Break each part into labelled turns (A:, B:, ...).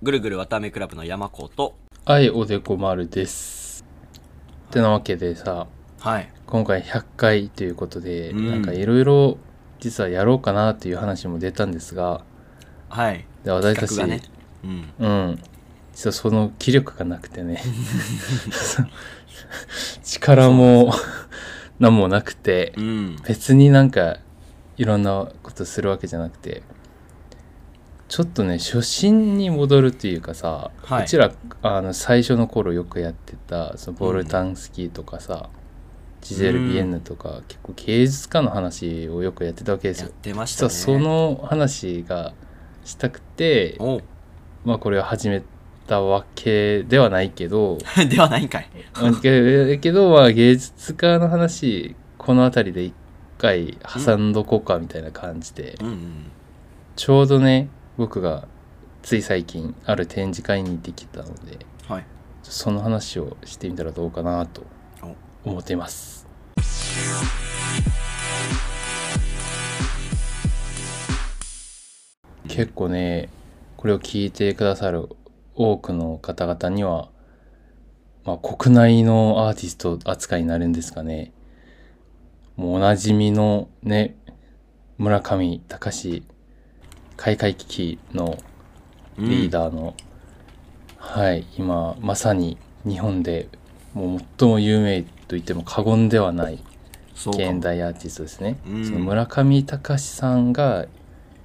A: ぐるぐるわたあめクラブの山子と、
B: はい、おでこ丸です。ってなわけでさ、
A: はい。
B: 今回100回ということで、
A: うん
B: なんかいろいろ実はやろうかなという話も出たんですが、
A: はい。
B: で私た
A: 企
B: ち、
A: 画がね。うん。
B: うん、実はその気力がなくてね、 力も何もなくて
A: う、ん。
B: 別になんかいろんなことするわけじゃなくてちょっとね初心に戻るというかさ、
A: はいう
B: ちらあの最初の頃よくやってたそのボルタンスキーとかさ、ジゼル・ビエンヌとか、結構芸術家の話をよくやってたわけです
A: やっ
B: よ。
A: てまし
B: 実
A: た
B: は
A: ね。
B: その話がしたくて、
A: おう
B: まあ、これを始めたわけではないけど
A: ではないんかい。
B: うんけけど、まあ、芸術家の話この辺りで一回挟んどこうかみたいな感じで、
A: うんうん。
B: ちょうどね僕がつい最近ある展示会に行ってきたので
A: はい。
B: その話をしてみたらどうかなと思っています。結構ねこれを聞いてくださる多くの方々には、まあ、国内のアーティスト扱いになるんですかねもうおなじみのね村上隆開会危機のリー
A: ー。
B: ダーの、はい今まさに日本でもう最も有名と言っても過言ではない
A: そうかも
B: 現。代アーティストですね、
A: うん
B: その村上隆さんが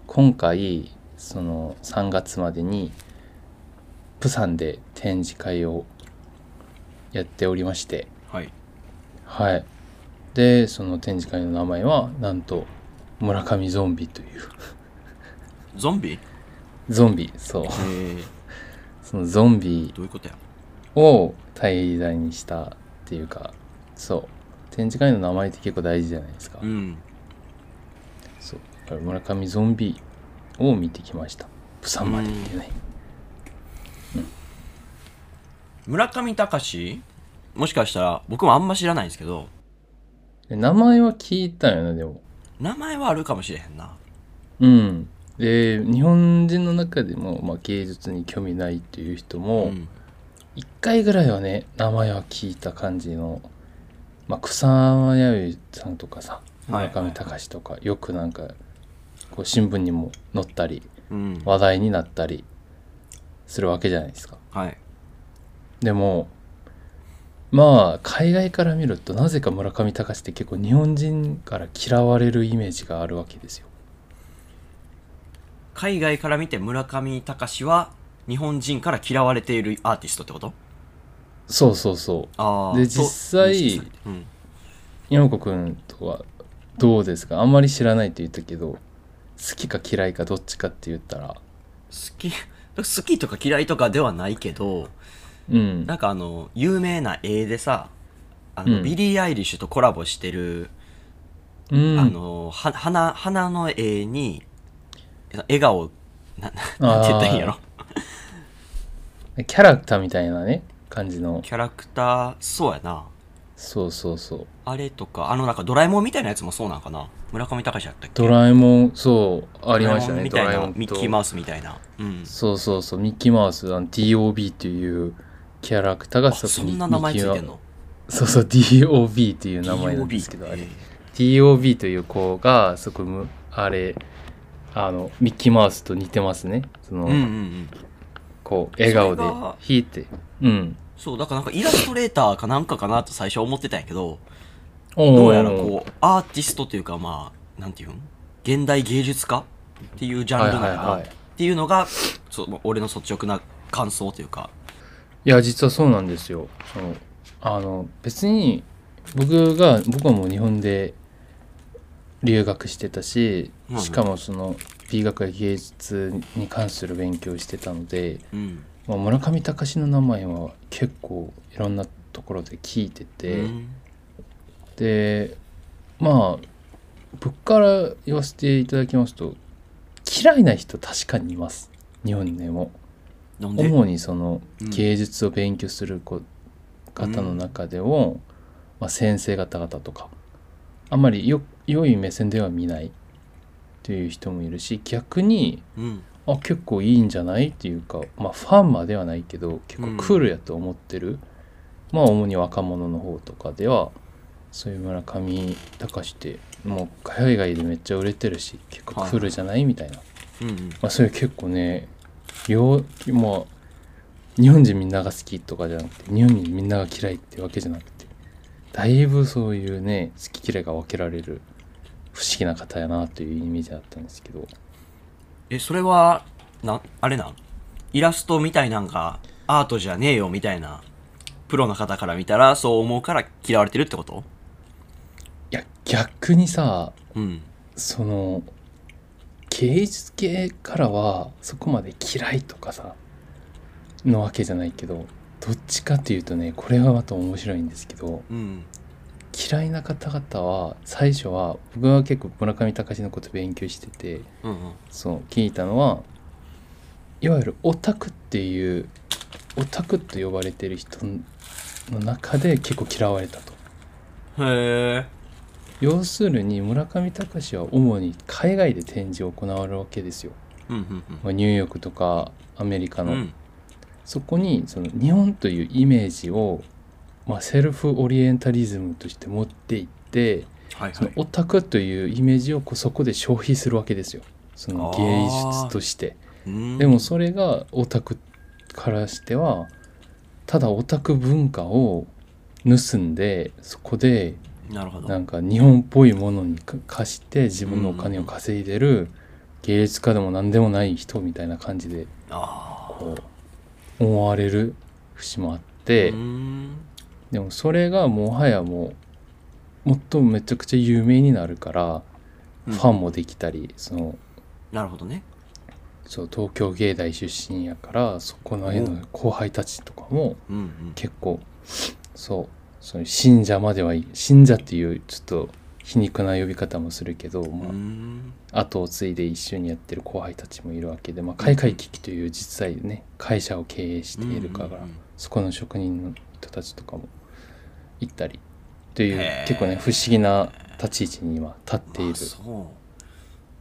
B: 今回その3月までにプサンで展示会をやっておりまして
A: はい。
B: はいでその展示会の名前はなんと村上ゾンビという
A: ゾンビえ
B: ゾンビそう
A: ー、
B: そのゾンビ
A: どういうことや
B: を題材にしたっていうかそう展示会の名前って結構大事じゃないですか、
A: うん。
B: そうだから村上ゾンビを見てきましたプサンまで行ってね、
A: 村上隆もしかしたら、僕もあんま知らないんですけど、
B: で名前は聞いたよねでも
A: 名前はあるかもしれへんな。
B: うんで日本人の中でも、まあ、芸術に興味ないっていう人
A: う
B: も、
A: ん。
B: 一1回ぐらいはね名前は聞いた感じの、まあ、草間彌生さんとかさ
A: はい
B: 村上隆とかよくなんかこう新聞にも載ったり
A: うん。
B: 話題になったりするわけじゃないですか
A: はい。
B: でもまあ海外から見るとなぜか村上隆って結構日本人から嫌われるイメージがあるわけですよ
A: 海外から見て村上隆は日本人から嫌われているアーティストってこと
B: そうそうそう
A: ああ。
B: で
A: と
B: 実際
A: 認識されてうん。
B: 山子くんとはどうですかあんまり知らないって言ったけど好きか嫌いかどっちかって言ったら
A: 好き、 好きとか嫌いとかではないけど、
B: うん
A: なんかあの、有名な絵でさ、あの、
B: うん
A: ビリー・アイリッシュとコラボしてる、
B: うん
A: あの、は花、花の絵に、笑顔、な、 ななんて言ったらいいんやろ。
B: キャラクターみたいなね感じの
A: キャラクター、そうやな。
B: そうそうそう
A: あれとか、あの、なんかドラえもんみたいなやつもそうなんかな。村上隆やったっけ
B: ドラえもんそうありましたね
A: ドラえもんみたいな、
B: と
A: ミッキーマウスみたいな。うん。
B: そうそうそう、ミッキーマウス、あの DOB というキャラクターが
A: あそんな名前ついてんの
B: そうそう、DOB という名前なん
A: DOB
B: ですけど、あ
A: え
B: れ
A: ー。
B: DOB という子が、そこむ、あれ、あの、ミッキーマウスと似てますね。その、
A: うんうんうん。
B: こう、笑顔で
A: それが
B: 弾いて。うん。
A: そう、だからなんかイラストレーターかなんかかなと最初思ってたんやけど、ど
B: ど
A: うやらこう、アーティストというかまあ、なんていうん現代芸術家っていうジャンルな
B: は
A: の
B: い
A: か
B: はいは
A: ないっていうのが、そうまあ俺の率直な感想というか。
B: いや、実はそうなんですよ。そのあの、別に、僕が、僕はもう日本で留学してたし
A: うんう、ん
B: しかもその、美学や芸術に関する勉強をしてたので、
A: うん。
B: まあ、村上隆の名前は結構いろんなところで聞いてて、
A: うん
B: でまあ僕から言わせていただきますと嫌いな人確かにいます日本でも
A: なんで
B: 主にその
A: うん
B: 芸術を勉強する子方の中でも、まあ、先生方々とかあんまりよ良い目線では見ないという人もいるし逆に
A: うん。
B: あ結構いいんじゃないっていうか、まあ、ファンまではないけど結構クールやと思ってる、まあ主に若者の方とかではそういう村上隆ってもう海外でめっちゃ売れてるし結構クールじゃないみたいな、
A: うんうん
B: まあ、それ結構ねようまあ日本人みんなが好きとかじゃなくて日本人みんなが嫌いってわけじゃなくてだいぶそういうね好き嫌いが分けられる不思議な方やなというイメージだったんですけど
A: えそれはなあれなんイラストみたいなんがアートじゃねえよみたいなプロの方から見たらそう思うから嫌われてるってこと
B: いや逆にさ
A: うん
B: その芸術系からはそこまで嫌いとかさのわけじゃないけどどっちかというとねこれがまた面白いんですけど
A: うん
B: 嫌いな方々は最初は僕は結構村上隆のこと勉強してて
A: うんうん
B: そう聞いたのはいわゆるオタクっていうオタクと呼ばれてる人の中で結構嫌われたと。
A: へえ
B: 要するに村上隆は主に海外で展示を行われるわけですよ。
A: うんうんうん
B: まあニューヨークとかアメリカの、
A: うん
B: そこにその日本というイメージを、まあ、セルフオリエンタリズムとして持っていって
A: はい
B: そ
A: は
B: の
A: い
B: オタクというイメージをこうそこで消費するわけですよその芸術として。
A: うん
B: でもそれがオタクからしてはただオタク文化を盗んでそこで
A: なるほど
B: なんか日本っぽいものにか貸して自分のお金を稼いでる芸術家でも何でもない人みたいな感じで
A: あ
B: こう思われる節もあっ
A: あ
B: て、
A: うん
B: でもそれがもはやもうもっとめちゃくちゃ有名になるから
A: う
B: フ
A: ん
B: ァンもできたり、その
A: なるほどね
B: そう東京芸大出身やからそこの辺の後輩たちとかも
A: うんうん
B: 結構そうそういう信者まではいい信者っていうちょっと皮肉な呼び方もするけど、
A: う
B: まあ
A: ん
B: 後を継いで一緒にやってる後輩たちもいるわけで、まあ、開会危機という実際ね会社を経営しているから、
A: うんうんうん
B: そこの職人の人たちとかも行ったりという
A: へー
B: 結構ね不思議な立ち位置に今立ってい
A: あ
B: る。
A: そ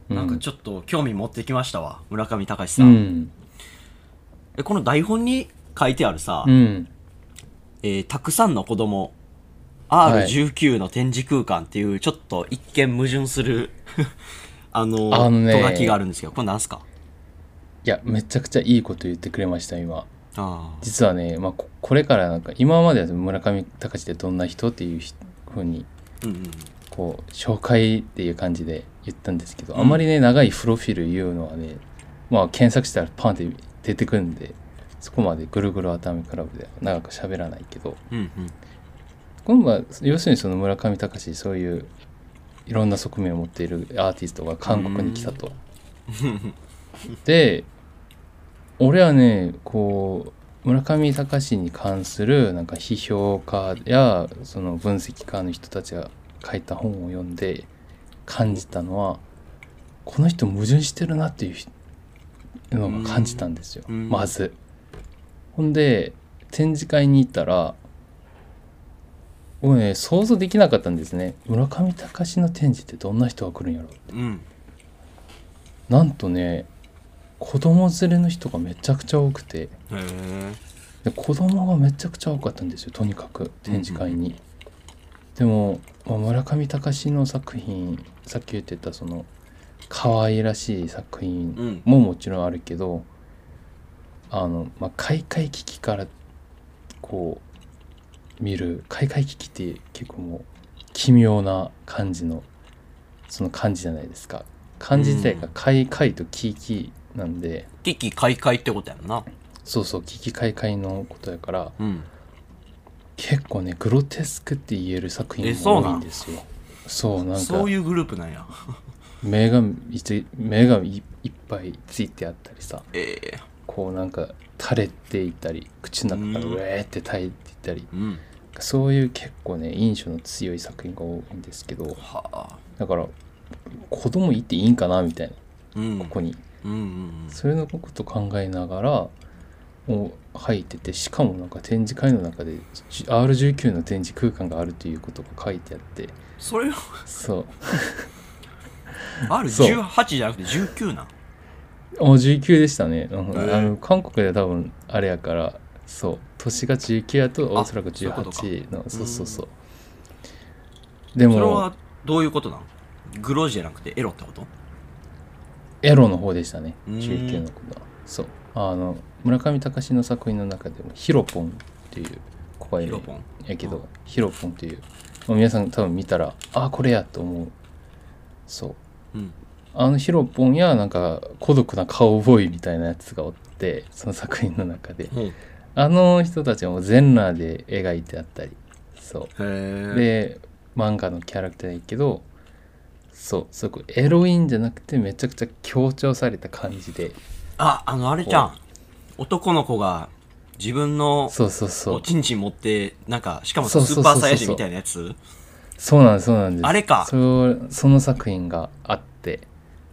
A: う
B: う
A: なんかちょっと興味持ってきましたわ村上隆
B: う
A: さん、
B: ん、
A: えこの台本に書いてあるさ、
B: うん、
A: えーたくさんの子供
B: はい
A: R19 の展示空間っていうちょっと一見矛盾する あの
B: あのね
A: とがきがあるんですけどこれなんすか
B: いやめちゃくちゃいいこと言ってくれました今
A: あ
B: 実はね、まあ、ここれからなんか今までは村上隆ってどんな人っていうひふうに
A: ーうんうん
B: こう紹介っていう感じで言ったんですけど、
A: うん
B: あまりね長いプロフィール言うのはねまあ検索したらパンって出てくるんでそこまでぐるぐる頭クラブでは長く喋らないけど
A: うんうん
B: 今度は要するにその村上隆そういういろんな側面を持っているアーティストが韓国に来たと。で俺はねこう村上隆に関するなんか批評家やその分析家の人たちが書いた本を読んで感じたのはこの人矛盾してるなっていうひのが感じたんですよ
A: うん
B: まず。ほんで展示会に行ったら僕ね想像できなかったんですね村上隆の展示ってどんな人が来るんやろう
A: うん
B: なんとね子供連れの人がめちゃくちゃ多くて
A: へえ
B: で子供がめちゃくちゃ多かったんですよとにかく展示会に。でも、まあ村上隆の作品さっき言ってたその可愛らしい作
A: う
B: 品
A: ん
B: ももちろんあるけどあの、まあ、開会危機からこう見る開会危機って結構もう奇妙な感じのその感じじゃないですか漢字自体が「開会」と「危機」なんで、
A: 危機開会ってことやんな
B: そうそう危機開会のことやから
A: うん
B: 結構ねグロテスクって言える作品
A: えそ
B: も
A: う
B: 多
A: ないん
B: んですよそうなんか
A: そういうグループなんや
B: 目がいつ目がいいっぱいついてあったりさ
A: ええ
B: こうなんか垂れていたり口の中からウェーって垂れていたり
A: うん
B: そういう結構ね印象の強い作品が多いんですけど
A: はあ
B: だから子供いていいんかなみたいな
A: うん
B: ここに
A: うんうん
B: そういうのこと考えながらもう入っててしかもなんか展示会の中で R19 の展示空間があるということが書いてあって
A: それは
B: そう
A: R18 じゃなくて19なん
B: あ19でしたね、うん
A: へえ
B: あの韓国では多分あれやからそう年が19やとおそらく
A: あそういうことか
B: 18のそう
A: うん
B: そうそうで
A: それ
B: も
A: はどういうことなのグロじゃなくてエロってこと
B: エロの方でしたね
A: うん
B: 19のことはそうあの村上隆の作品の中でも「ヒロポン」っていう子がい
A: ヒ
B: る
A: ロポン。
B: やけ
A: うん
B: ど、ヒロポンっていう、まあ皆さん多分見たら、あ、これやと思う。そう。
A: うん。
B: あのヒロポンや、なんか、孤独なカウボーイみたいなやつがおって、その作品の中で。
A: ほうへ
B: あの人たちはもう全裸で描いてあったり、そ
A: え
B: う。。で、漫画のキャラクターやけど、そう、すごくエロいんじゃなくて、めちゃくちゃ強調された感じで、
A: あ、あの、あれじゃん。男の子が自分の
B: そうそうそ
A: お
B: う。
A: ちんちん持って、なんか、しかもス
B: そうそう
A: ー
B: そう
A: パ
B: そ
A: ー
B: う
A: サイヤ人みたいなやつ
B: そうなんです、そうなんです。
A: あれか
B: そその作品があって、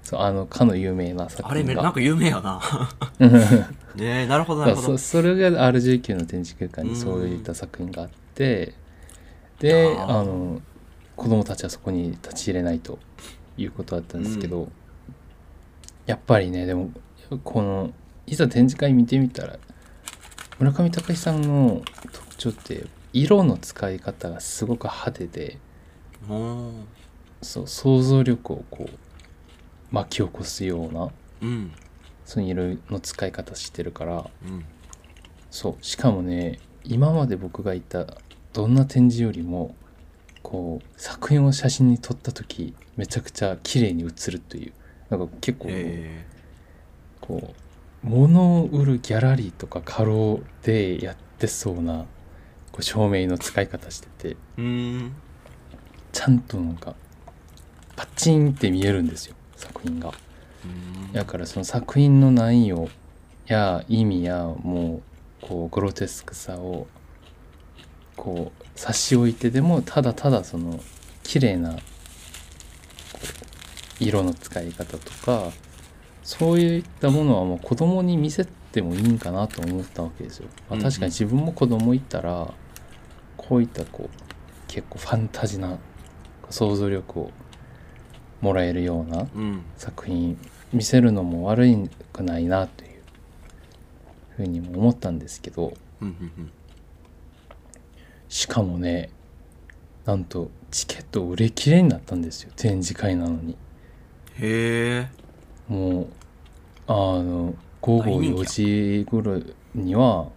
B: そうあの、かの有名な作品が。
A: あれめ、 なんか有名やな。 ねえ、なるほど、なる
B: そう
A: ほ
B: そ
A: ど
B: う。それが R19 の展示空間にそういった作品があってで
A: あー
B: あの子供たちはそこに立ち入れないということだったんですけど、やっぱりねでもこのいざ展示会見てみたら村上隆さんの特徴って色の使い方がすごく派手で
A: ほ
B: そう想像力をこう巻き起こすような
A: ううん。
B: その色の使い方してるから。
A: うん。
B: そうしかもね今まで僕がいたどんな展示よりもこう作品を写真に撮った時めちゃくちゃ綺麗に写るというなんか結構、
A: え
B: こう物を売るギャラリーとか過労でやってそうなこう照明の使い方してて
A: え。うーん。
B: ちゃんとなんかパチンって見えるんですよ作品が。だからその作品の内容や意味やもうこうグロテスクさをこう差し置いてでもただただその綺麗なこう色の使い方とかそういったものはもう子供に見せてもいいんかなと思ったわけですよ。
A: う
B: まあ
A: んうん
B: 確かに自分も子供いたらこういったこう結構ファンタジーな想像力をもらえるような
A: うん。
B: 作品見せるのも悪くないなというふうにも思ったんですけど
A: うん。うん。
B: しかもねなんとチケット売り切れになったんですよ展示会なのに
A: へえ。
B: もうあの午後
A: 大人気や
B: 4時頃には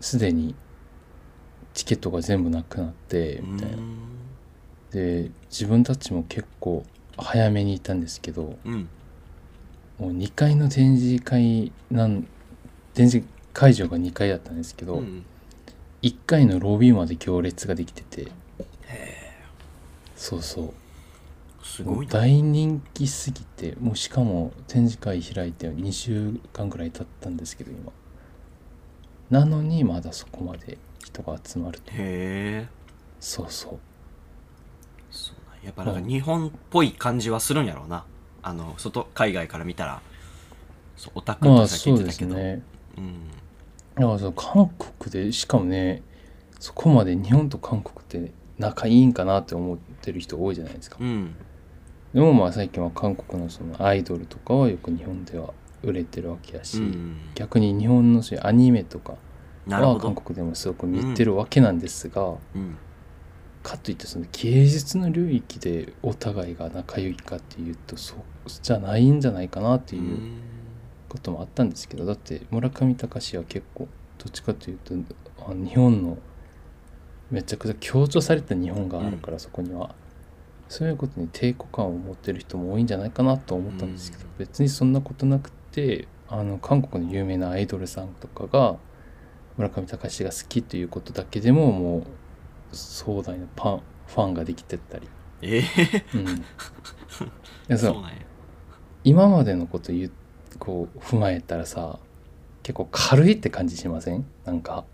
B: すでにチケットが全部なくなって
A: うー。
B: みたいなんで自分たちも結構早めに行ったんですけど、
A: うん。
B: もう2階の展示会なん展示会場が2階だったんですけど、
A: うん。
B: 1階のロビーまで行列ができててそうそう
A: す
B: も
A: ご
B: う
A: いな。
B: 大人気すぎてもうしかも展示会開いて2週間ぐらい経ったんですけど今なのにまだそこまで人が集まると
A: へえ。
B: そうそう
A: そうなんやっぱなんか日本っぽい感じはするんやろうな。あの、外、海外から見たら、そうオタクっ
B: ま
A: て
B: あ
A: さっき言
B: そ
A: っ
B: う
A: て
B: で
A: た
B: す
A: けど。
B: ね
A: うん。
B: だからそう韓国でしかもねそこまで日本と韓国って仲いいんかなって思ってる人多いじゃないですか
A: うん。
B: でもまあ最近は韓国のそのアイドルとかはよく日本では売れてるわけやし、
A: うん、
B: 逆に日本のそういうアニメとか
A: なる
B: は
A: ほ
B: 韓
A: ど。
B: 国でもすごく見てるわけなんですが、
A: うん。
B: かといってその芸術の領域でお互いが仲良いかっていうとそうじゃないんじゃないかなって
A: う
B: いうんこともあったんですけど、だって村上隆は結構どっちかというとあ日本のめちゃくちゃ強調された日本があるから、そこにはそういうことに抵抗感を持ってる人も多いんじゃないかなと思ったんですけど、
A: うん
B: 別にそんなことなくてあの韓国の有名なアイドルさんとかが村上隆が好きということだけでももう壮大なパンファンができてったり、
A: ええ
B: うんいや そう
A: そうなんや。
B: 今までのこと言うこう踏まえたらさ結構軽いって感じしませんなんか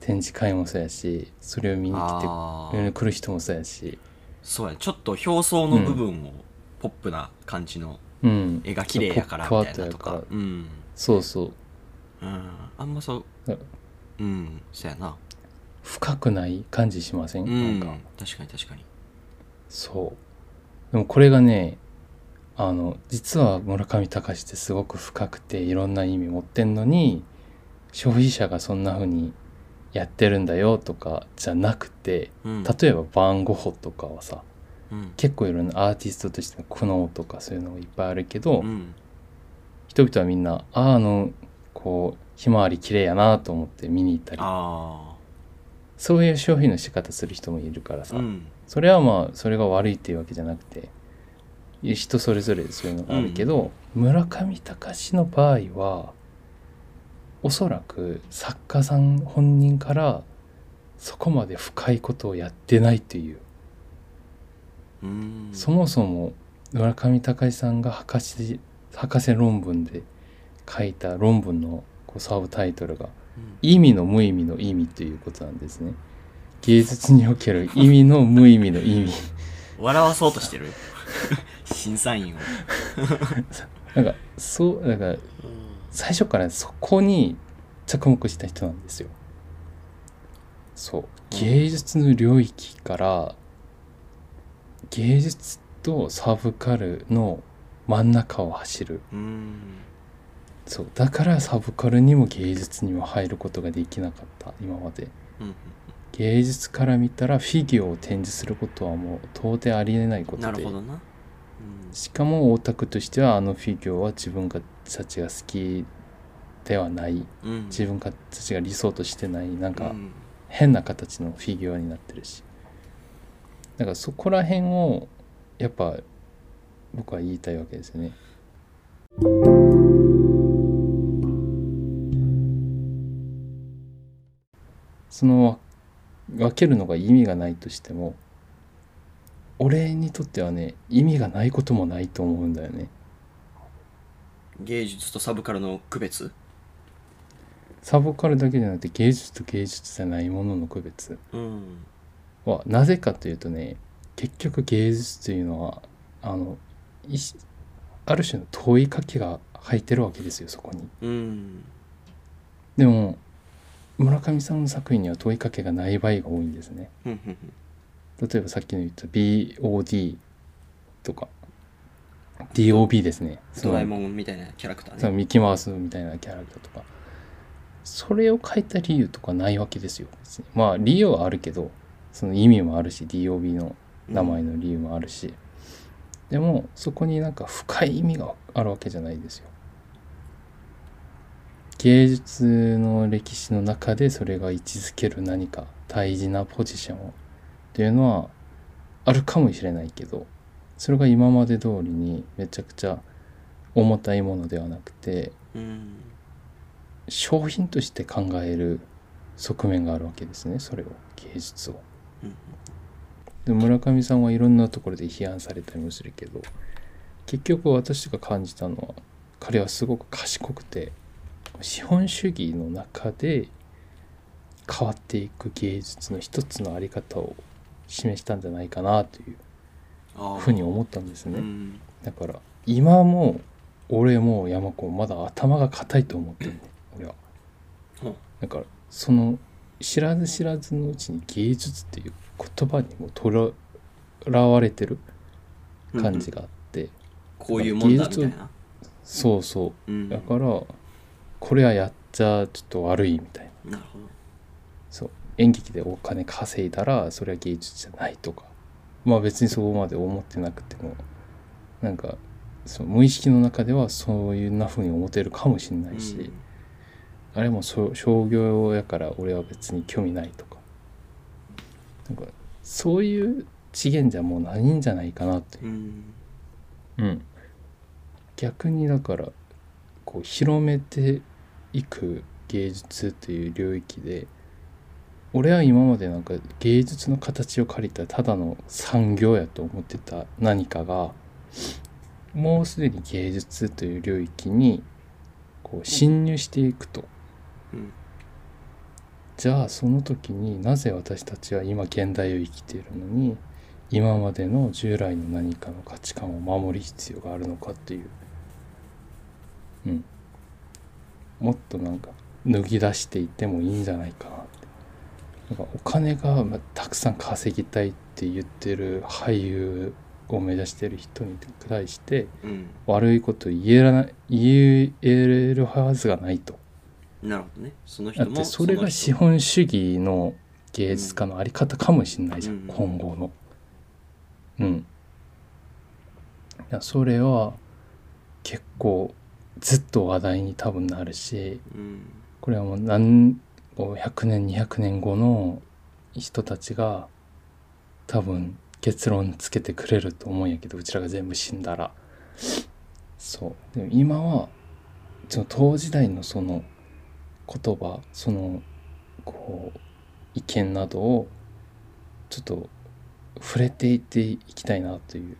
B: 展示会もそうやしそれを見に来て
A: あ
B: 見
A: あ
B: に来る人もそうやし
A: そうやねちょっと表層の部分をポップな感じの
B: うん
A: 絵が綺麗やから
B: ポッ
A: み
B: プア
A: たいな
B: ートや
A: と
B: から
A: かうん、
B: そうそう
A: うん、あんまそう
B: あ
A: うんそうやな
B: 深くない感じしません、
A: うん
B: なんか
A: 確かに確かに
B: そうでもこれがねあの実は村上隆ってすごく深くていろんな意味持ってんのに消費者がそんな風にやってるんだよとかじゃなくて
A: うん
B: 例えばバン・ゴホとかはさ
A: うん
B: 結構いろんなアーティストとしての苦悩とかそういうのがいっぱいあるけど、
A: うん
B: 人々はみんなあーあのこうひまわり綺麗やなと思って見に行ったり
A: あ
B: そういう消費の仕方する人もいるからさ、
A: あうん
B: それはまあそれが悪いっていうわけじゃなくて人それぞれそういうのがあるけど、村上隆の場合はおそらく作家さん本人からそこまで深いことをやってないという、
A: うん
B: そもそも村上隆さんが博士博士論文で書いた論文のこうサブタイトルが
A: うん
B: 意味の無意味の意味ということなんですね。芸術における意味の無意味の意味。
A: 笑わそうとしてる審査員を
B: なんか、そう、なんか、最初からそこに着目した人なんですよ。そう。芸術の領域から、芸術とサブカルの真ん中を走る。
A: うん
B: そう。だからサブカルにも芸術にも入ることができなかった、今まで。
A: うん
B: 芸術から見たらフィギュアを展示することはもう到底ありえないこ
A: うん
B: とで
A: なるほどな
B: しかもオタクとしてはあのフィギュアは自分たちが好きではない
A: うんうん
B: 自分たちが理想としてないなん
A: う
B: か
A: ん
B: 変な形のフィギュアになってるしだからそこら辺をやっぱ僕は言いたいわけですよねその分けるのが意味がないとしても俺にとってはね意味がないこともないと思うんだよね
A: 芸術とサブカルの区別
B: サブカルだけじゃなくて芸術と芸術じゃないものの区別
A: うん
B: はなぜかというとね結局芸術というのはあのいしある種の問いかけが入ってるわけですよそこに
A: うん
B: でも村上さんの作品には問いかけがない場合が多いんですね
A: うんうん
B: 例えばさっきの言った BOD とか DOB ですねそ
A: ド
B: の
A: ラえもんみたいなキャラクタ
B: そ
A: ー
B: の
A: ね
B: ミッキーマウスみたいなキャラクターとかそれを書いた理由とかないわけですよ別にまあ理由はあるけどその意味もあるし DOB の名前の理由もあるし、でもそこになんか深い意味があるわけじゃないですよ芸術の歴史の中でそれが位置づける何か大事なポジションをっていうのはあるかもしれないけどそれが今まで通りにめちゃくちゃ重たいものではなくて
A: うん
B: 商品として考える側面があるわけですねそれを芸術を。
A: うん
B: で村上さんはいろんなところで批判されたりもするけど結局私が感じたのは彼はすごく賢くて資本主義の中で変わっていく芸術の一つの在り方を示したんじゃないかなという
A: ああ
B: ふうに思ったんですね。
A: うん
B: だから今も俺も山子もまだ頭が固いと思ってるね俺は
A: ほう
B: だからその知らず知らずのうちに芸術っていう言葉にもとららわれてる感じがあって、
A: こういうもんだみたいな
B: そうそううんだからこれはやっちゃちょっと悪いみたいな
A: なるほど
B: そう演劇でお金稼いだらそれは芸術じゃないとかまあ別にそこまで思ってなくてもなんかその無意識の中ではそういうな風に思ってるかもしれないし、
A: うん
B: あれもそう商業やから俺は別に興味ないとかなんかそういう資源じゃもうないんじゃないかなという
A: うん
B: うん、逆にだからこう広めていく芸術という領域で俺は今までなんか芸術の形を借りたただの産業やと思ってた何かがもうすでに芸術という領域にこう侵入していくと
A: うん
B: じゃあその時になぜ私たちは今現代を生きているのに今までの従来の何かの価値観を守る必要があるのかっていう、うん、もっとなんか脱ぎ出していってもいいんじゃないかなってなんかお金がまあたくさん稼ぎたいって言ってる俳優を目指している人に対して
A: うん。
B: 悪いこと言えらな言えるはずがないと
A: なるほどね。その
B: だ
A: 人
B: っ
A: も
B: てそれが
A: そ
B: 資
A: の人
B: 本主義の芸術家のあり方かもしれないじゃん、
A: うん
B: 今後のうんいやそれは結構ずっと話題に多分なるし
A: うん。
B: これはもう何100年200年後の人たちが多分結論つけてくれると思うんやけどうちらが全部死んだらそうでも今はその当時代のその言葉そのこう意見などをちょっと触れていっていきたいなという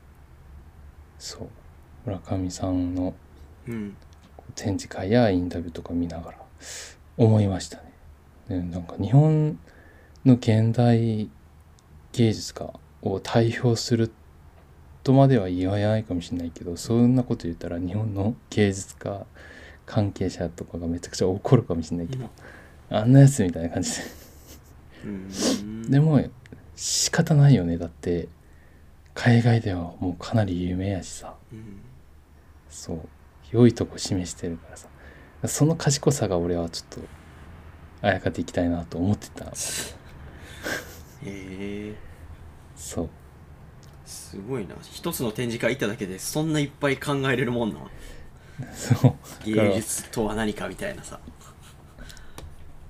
B: そう村上さんの
A: うん。
B: 展示会やインタビューとか見ながら思いましたね。でなんか日本の現代芸術家を代表するとまでは言わないかもしれないけどそんなこと言ったら日本の芸術家関係者とかがめちゃくちゃ怒るかもしれないけど、あんなやつみたいな感じで
A: うん。
B: でも仕方ないよねだって海外ではもうかなり有名やしさ
A: うん。
B: そう良いとこ示してるからさその賢さが俺はちょっとあやかっていきたいなと思ってた
A: へえ。
B: そう
A: すごいな。一つの展示会行っただけで、そんないっぱい考えれるもんなの。
B: そう
A: 芸術とは何かみたいなさ。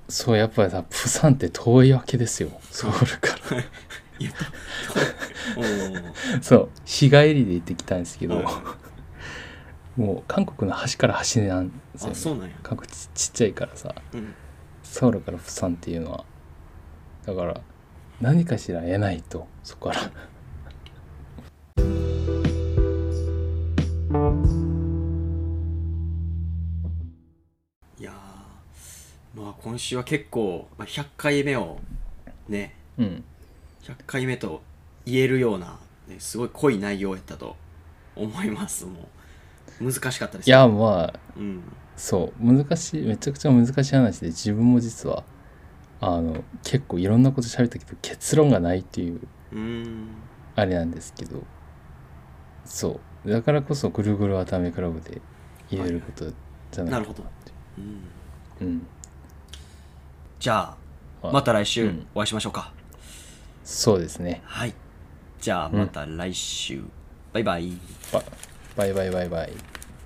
B: そうやっぱりさプサンって遠いわけですよソウルか
A: 言った。おー
B: らそう日帰りで行ってきたんですけど、
A: は
B: もう韓国の端から端なんですよ、
A: あ、
B: ね、
A: そうなんや。
B: 韓国ちちっちゃいからさ
A: うん。
B: ソウルからプサンっていうのはだから何かしら得ないとそこから
A: いやーまあ今週は結構、まあ、100回目をね
B: うん
A: 100回目と言えるような、ね、すごい濃い内容やったと思いますもう難しかったです
B: いやまあ
A: うん
B: そう難しいめちゃくちゃ難しい話で自分も実はあの結構いろんなこと喋ったけど結論がないっていう
A: うーん
B: あれなんですけどそうだからこそ「ぐるぐるわためクラブ」で言えることじゃな
A: ないる
B: か
A: ほど、うん、
B: うん
A: じゃあ
B: あ
A: また来
B: う
A: 週
B: ん
A: お会いしましょうか、
B: そうですね
A: はいじゃあまた来週、バイバイ
B: ばバイバイバイバイ